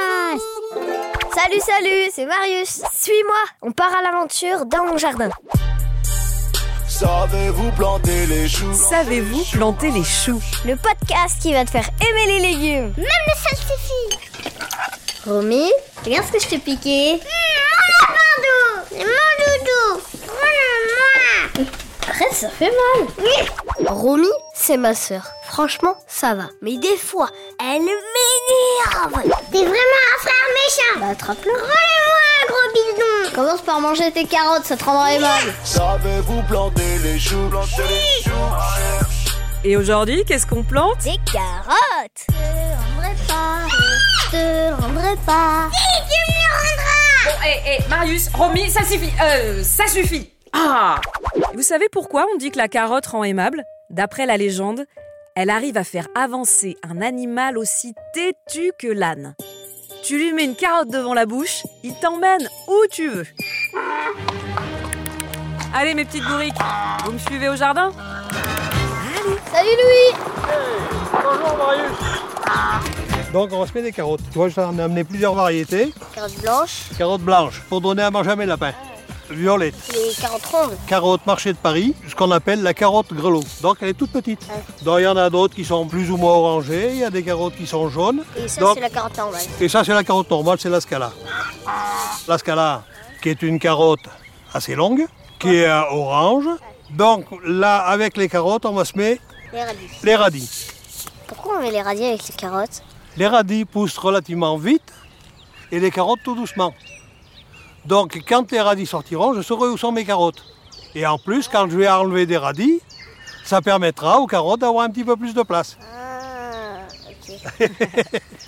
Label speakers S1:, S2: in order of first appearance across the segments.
S1: Philisecast
S2: Salut, salut, c'est Marius. Suis-moi, on part à l'aventure dans mon jardin.
S3: Savez-vous planter les choux
S4: Savez-vous planter les choux
S2: Le podcast qui va te faire aimer les légumes.
S1: Même les salsifis
S2: Romy, regarde ce que je t'ai piqué. Mmh,
S1: mon doudou Mon doudou Mon
S2: Arrête, ça fait mal. Mmh. Romy, c'est ma sœur. Franchement, ça va. Mais des fois, elle m'énerve.
S1: T'es vraiment un frère méchant.
S2: Bah, attrape-le.
S1: Relève-moi un gros bidon. Mmh.
S2: Commence par manger tes carottes, ça te rendra aimable.
S3: Savez-vous planter les choux, planter oui. les choux
S4: Et aujourd'hui, qu'est-ce qu'on plante
S2: Des carottes.
S1: Je te rendrai pas. Je te rendrai pas. Si, tu me rendras.
S5: Bon, hé, hey, hey, Marius, Romy, ça suffit. Euh, ça suffit. Ah
S4: Vous savez pourquoi on dit que la carotte rend aimable D'après la légende, elle arrive à faire avancer un animal aussi têtu que l'âne. Tu lui mets une carotte devant la bouche, il t'emmène où tu veux. Allez mes petites bourriques, vous me suivez au jardin
S2: Allez. Salut Louis hey,
S6: Bonjour Marius Donc on va se mettre des carottes. Tu vois, j'en ai amené plusieurs variétés.
S2: Carottes blanches.
S6: Carottes blanches, pour donner à manger à mes lapins violette.
S2: Les carottes rondes.
S6: Carotte marché de Paris, ce qu'on appelle la carotte grelot. Donc elle est toute petite.
S2: Ah.
S6: Ouais. Donc il y en a d'autres qui sont plus ou moins orangées, il y a des carottes qui sont jaunes.
S2: Et ça
S6: Donc...
S2: c'est la carotte normale.
S6: Et ça c'est la carotte normale, c'est la scala. La scala qui est une carotte assez longue, qui ouais. est euh, orange. Ouais. Donc là avec les carottes on va se mettre
S2: les radis.
S6: Les radis.
S2: Pourquoi on met les radis avec les carottes
S6: Les radis poussent relativement vite et les carottes tout doucement. Donc quand les radis sortiront, je saurai où sont mes carottes. Et en plus, quand je vais enlever des radis, ça permettra aux carottes d'avoir un petit peu plus de place.
S2: Ah, okay.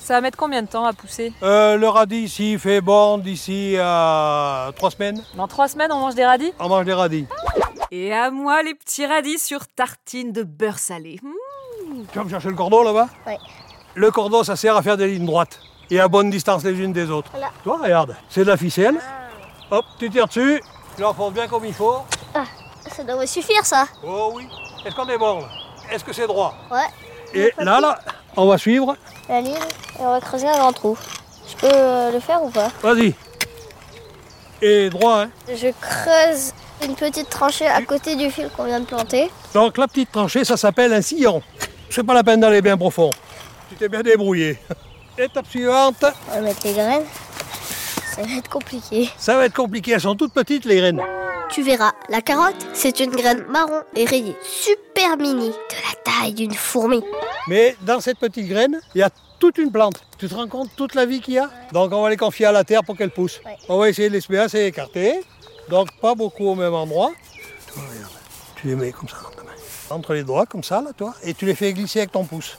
S4: ça va mettre combien de temps à pousser
S6: euh, Le radis ici fait bon d'ici à euh, trois semaines.
S4: Dans trois semaines, on mange des radis
S6: On mange des radis.
S4: Et à moi les petits radis sur tartine de beurre salé. Hmm
S6: Mmh. Tu vas me chercher le cordon là-bas
S2: Oui.
S6: Le cordon, ça sert à faire des lignes droites et à bonne distance les unes des autres. Voilà. Toi, regarde, c'est de la ficelle. Ah. Hop, tu tires dessus, tu l'enfonces bien comme il faut.
S2: Ah, ça devrait suffire, ça.
S6: Oh oui. Est-ce qu'on est bon là Est-ce que c'est droit
S2: Ouais.
S6: Et là, plus. là, on va suivre.
S2: La ligne, et on va creuser un grand trou. Je peux euh, le faire ou pas
S6: Vas-y. Et droit, hein
S2: Je creuse une petite tranchée à côté du fil qu'on vient de planter.
S6: Donc la petite tranchée, ça s'appelle un sillon. C'est pas la peine d'aller bien profond. Tu t'es bien débrouillé. Étape suivante.
S2: On va mettre les graines. Ça va être compliqué.
S6: Ça va être compliqué, elles sont toutes petites les graines.
S2: Tu verras, la carotte, c'est une graine marron et rayée, super mini, de la taille d'une fourmi.
S6: Mais dans cette petite graine, il y a toute une plante. Tu te rends compte toute la vie qu'il y a ouais. Donc on va les confier à la terre pour qu'elles poussent. Ouais. On va essayer de les semer assez écartées, donc pas beaucoup au même endroit. Toi, regarde, tu les mets comme ça dans ta main. Entre les doigts, comme ça, là, toi, et tu les fais glisser avec ton pouce.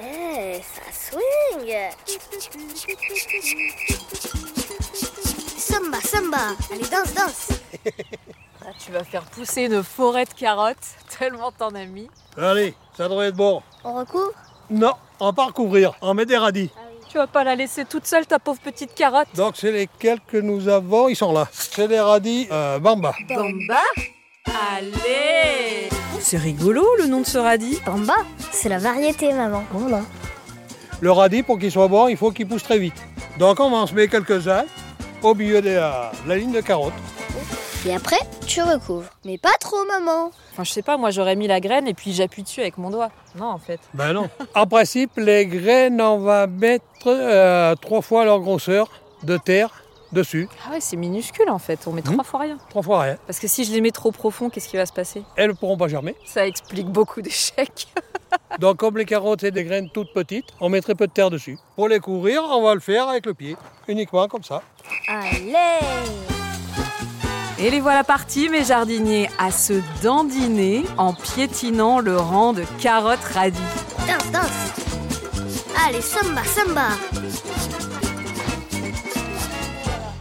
S2: Hey, ça swing Samba, samba Allez, danse, danse
S4: ah, Tu vas faire pousser une forêt de carottes, tellement t'en as mis.
S6: Allez, ça devrait être bon.
S2: On recouvre
S6: Non, on va pas recouvrir, on met des radis. Ah
S4: oui. Tu vas pas la laisser toute seule, ta pauvre petite carotte.
S6: Donc c'est lesquels que nous avons, ils sont là. C'est des radis euh, bamba.
S4: Bamba Allez C'est rigolo le nom de ce radis.
S2: Bamba, c'est la variété maman. Voilà.
S6: Le radis, pour qu'il soit bon, il faut qu'il pousse très vite. Donc on va en semer quelques-uns au milieu de la, de la, ligne de carottes.
S2: Et après, tu recouvres. Mais pas trop maman.
S4: Enfin, je sais pas, moi j'aurais mis la graine et puis j'appuie dessus avec mon doigt. Non en fait.
S6: Ben non. en principe, les graines, on va mettre euh, trois fois leur grosseur de terre dessus.
S4: Ah ouais, c'est minuscule en fait, on met mmh. trois fois rien.
S6: Trois fois rien.
S4: Parce que si je les mets trop profond, qu'est-ce qui va se passer
S6: Elles ne pourront pas germer.
S4: Ça explique beaucoup d'échecs.
S6: Donc comme les carottes, c'est des graines toutes petites, on met très peu de terre dessus. Pour les couvrir, on va le faire avec le pied, uniquement comme ça.
S2: Allez
S4: et les voilà partis, mes jardiniers, à se dandiner en piétinant le rang de carottes radis.
S2: Danse, danse Allez, samba, samba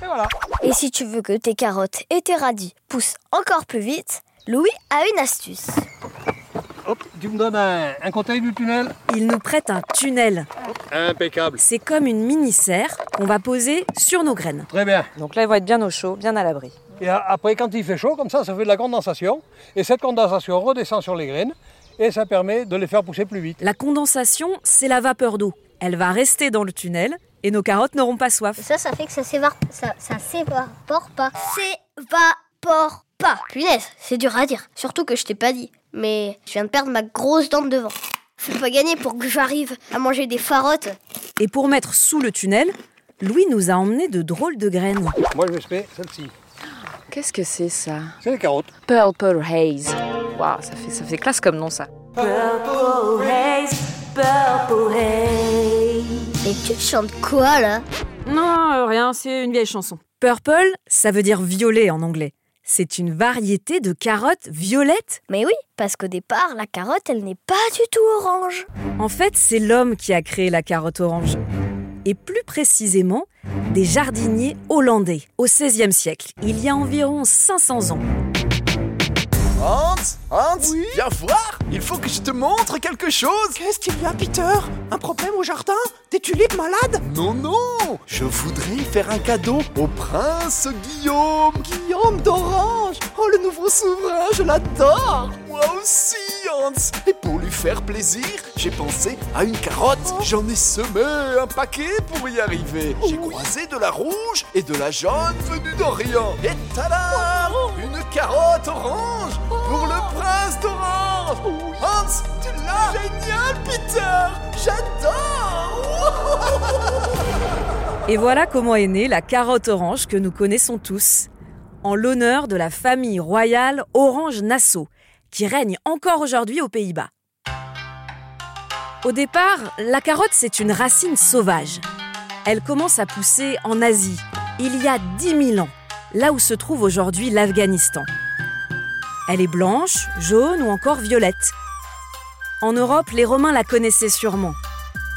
S6: voilà.
S2: Et si tu veux que tes carottes et tes radis poussent encore plus vite, Louis a une astuce.
S6: Hop, tu me donnes un, un conseil du tunnel
S4: Il nous prête un tunnel.
S6: Impeccable.
S4: C'est comme une mini-serre qu'on va poser sur nos graines.
S6: Très bien.
S4: Donc là, ils vont être bien au chaud, bien à l'abri.
S6: Et après, quand il fait chaud, comme ça, ça fait de la condensation. Et cette condensation redescend sur les graines et ça permet de les faire pousser plus vite.
S4: La condensation, c'est la vapeur d'eau Elle va rester dans le tunnel et nos carottes n'auront pas soif.
S2: Ça, ça fait que ça s'évapore, ça, ça s'évapore pas. S'évapore pas. Punaise, c'est dur à dire. Surtout que je t'ai pas dit. Mais je viens de perdre ma grosse dent de devant. Faut pas gagner pour que j'arrive à manger des farottes.
S4: Et pour mettre sous le tunnel, Louis nous a emmené de drôles de graines.
S6: Moi, je me suis fait celle-ci.
S5: Qu'est-ce que c'est ça
S6: C'est les carottes.
S5: Purple Haze. Waouh, ça fait, ça fait classe comme nom ça.
S2: Et tu chantes quoi là
S5: Non, euh, rien, c'est une vieille chanson.
S4: Purple, ça veut dire violet en anglais. C'est une variété de carottes violettes.
S2: Mais oui, parce qu'au départ, la carotte, elle n'est pas du tout orange.
S4: En fait, c'est l'homme qui a créé la carotte orange. Et plus précisément, des jardiniers hollandais au XVIe siècle, il y a environ 500 ans.
S7: Hans Hans Viens voir Il faut que je te montre quelque chose
S8: Qu'est-ce qu'il y a, Peter Un problème au jardin Des tulipes malades
S7: Non, non Je voudrais faire un cadeau au prince Guillaume
S8: Guillaume d'Orange Oh, le nouveau souverain, je l'adore
S7: Moi aussi, Hans Et pour lui faire plaisir, j'ai pensé à une carotte J'en ai semé un paquet pour y arriver J'ai croisé de la rouge et de la jaune venue d'Orient Et tada Une carotte orange pour le prince d'Orange Hans, tu l'as Génial, Peter J'adore
S4: Et voilà comment est née la carotte orange que nous connaissons tous, en l'honneur de la famille royale Orange Nassau, qui règne encore aujourd'hui aux Pays-Bas. Au départ, la carotte, c'est une racine sauvage. Elle commence à pousser en Asie, il y a 10 000 ans, là où se trouve aujourd'hui l'Afghanistan. Elle est blanche, jaune ou encore violette. En Europe, les Romains la connaissaient sûrement.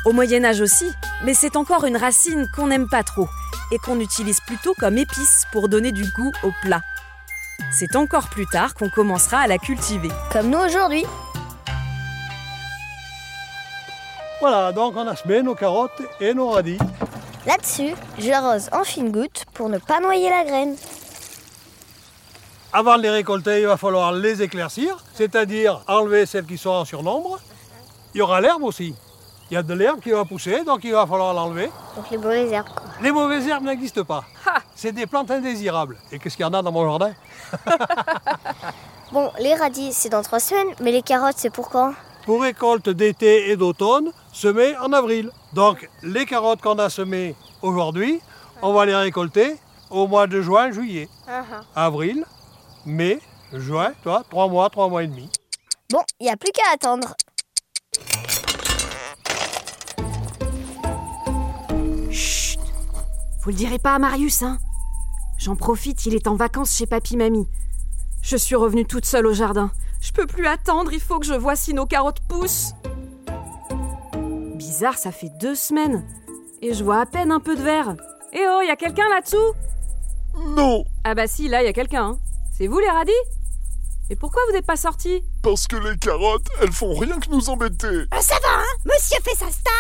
S4: Au Moyen Âge aussi, mais c'est encore une racine qu'on n'aime pas trop et qu'on utilise plutôt comme épice pour donner du goût au plat. C'est encore plus tard qu'on commencera à la cultiver.
S2: Comme nous aujourd'hui.
S6: Voilà, donc on a semé nos carottes et nos radis.
S2: Là-dessus, j'arrose en fines gouttes pour ne pas noyer la graine.
S6: Avant de les récolter, il va falloir les éclaircir, c'est-à-dire enlever celles qui sont en surnombre. Il y aura l'herbe aussi. Il y a de l'herbe qui va pousser, donc il va falloir l'enlever.
S2: Donc les mauvaises herbes, quoi.
S6: Les mauvaises herbes n'existent pas. C'est des plantes indésirables. Et qu'est-ce qu'il y en a dans mon jardin
S2: Bon, les radis, c'est dans trois semaines, mais les carottes, c'est pour quand
S6: Pour récolte d'été et d'automne, semées en avril. Donc les carottes qu'on a semées aujourd'hui, on va les récolter au mois de juin, juillet. Avril, mai, juin, toi, trois mois, trois mois et demi.
S2: Bon, il n'y a plus qu'à attendre.
S4: Vous le direz pas à Marius, hein J'en profite, il est en vacances chez papy-mamie. Je suis revenue toute seule au jardin. Je peux plus attendre, il faut que je vois si nos carottes poussent. Bizarre, ça fait deux semaines. Et je vois à peine un peu de vert. Eh oh, y a quelqu'un là-dessous
S7: Non
S4: Ah bah si, là, y a quelqu'un. hein. C'est vous les radis Et pourquoi vous n'êtes pas sortis
S7: Parce que les carottes, elles font rien que nous embêter
S9: ça va, hein Monsieur fait sa star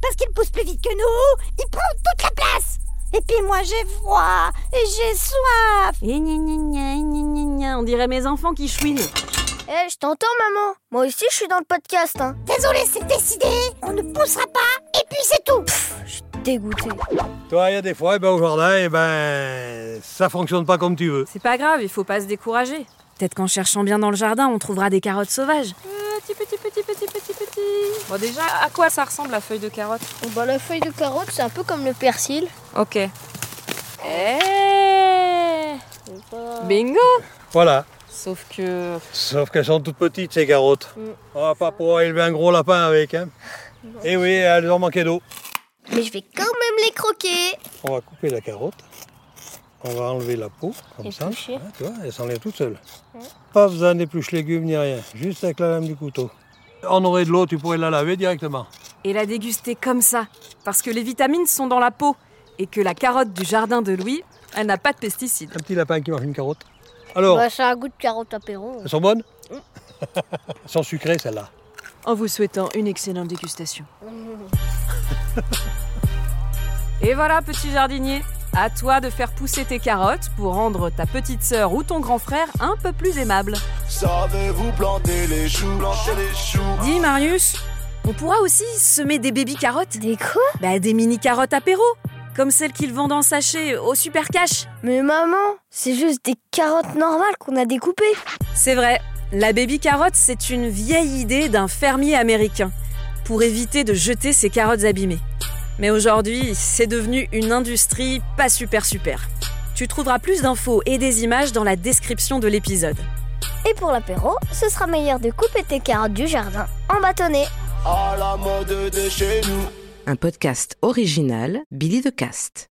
S9: parce qu'il pousse plus vite que nous. Il prend toute la place. Et puis moi j'ai froid et j'ai soif.
S4: Eh gna gna gna, gna gna gna, on dirait mes enfants qui chouinent.
S2: Eh, je t'entends, maman. Moi aussi, je suis dans le podcast, hein.
S9: Désolé, c'est décidé. On ne poussera pas et puis c'est tout.
S2: Dégoûté.
S6: Toi, il y a des fois, eh ben, au jardin, eh ben, ça fonctionne pas comme tu veux.
S5: C'est pas grave, il faut pas se décourager.
S4: Peut-être qu'en cherchant bien dans le jardin, on trouvera des carottes sauvages.
S5: Euh, Petit, petit, petit, petit, petit, petit. Bon, déjà, à quoi ça ressemble la feuille de carotte
S2: Bon, bah, la feuille de carotte, c'est un peu comme le persil.
S5: Ok. Eh Bingo
S6: Voilà.
S5: Sauf que.
S6: Sauf qu'elles sont toutes petites, ces carottes. On va pas pouvoir élever un gros lapin avec. Hein. Eh oui, elles ont manqué d'eau.
S2: Mais je vais quand même les croquer.
S6: On va couper la carotte. On va enlever la peau, comme ça. hein, tu vois, elle s'enlève toute seule. Pas besoin d'épluche légumes ni rien. Juste avec la lame du couteau. On aurait de l'eau, tu pourrais la laver directement.
S4: Et la déguster comme ça, parce que les vitamines sont dans la peau et que la carotte du jardin de Louis, elle n'a pas de pesticides.
S6: Un petit lapin qui mange une carotte. Alors,
S2: Bah, ça a un goût de carotte apéro.
S6: elles sont bonnes Elles sont sucrées, celles-là.
S5: En vous souhaitant une excellente dégustation. Et voilà, petit jardinier, à toi de faire pousser tes carottes pour rendre ta petite sœur ou ton grand frère un peu plus aimable.
S3: Savez-vous planter les choux, planter les choux
S4: Dis Marius, On pourra aussi semer des baby carottes,
S2: Des quoi
S4: bah, des mini carottes apéro, comme celles qu'ils vendent en sachet au super cash.
S2: Mais maman, c'est juste des carottes normales qu'on a découpées.
S4: C'est vrai, la baby carotte, c'est une vieille idée d'un fermier américain pour éviter de jeter ses carottes abîmées. Mais aujourd'hui, c'est devenu une industrie pas super super. Tu trouveras plus d'infos et des images dans la description de l'épisode.
S2: Et pour l'apéro, ce sera meilleur de couper tes carottes du jardin en bâtonnets.
S3: à la mode de chez nous.
S10: Un podcast original Billy de Cast.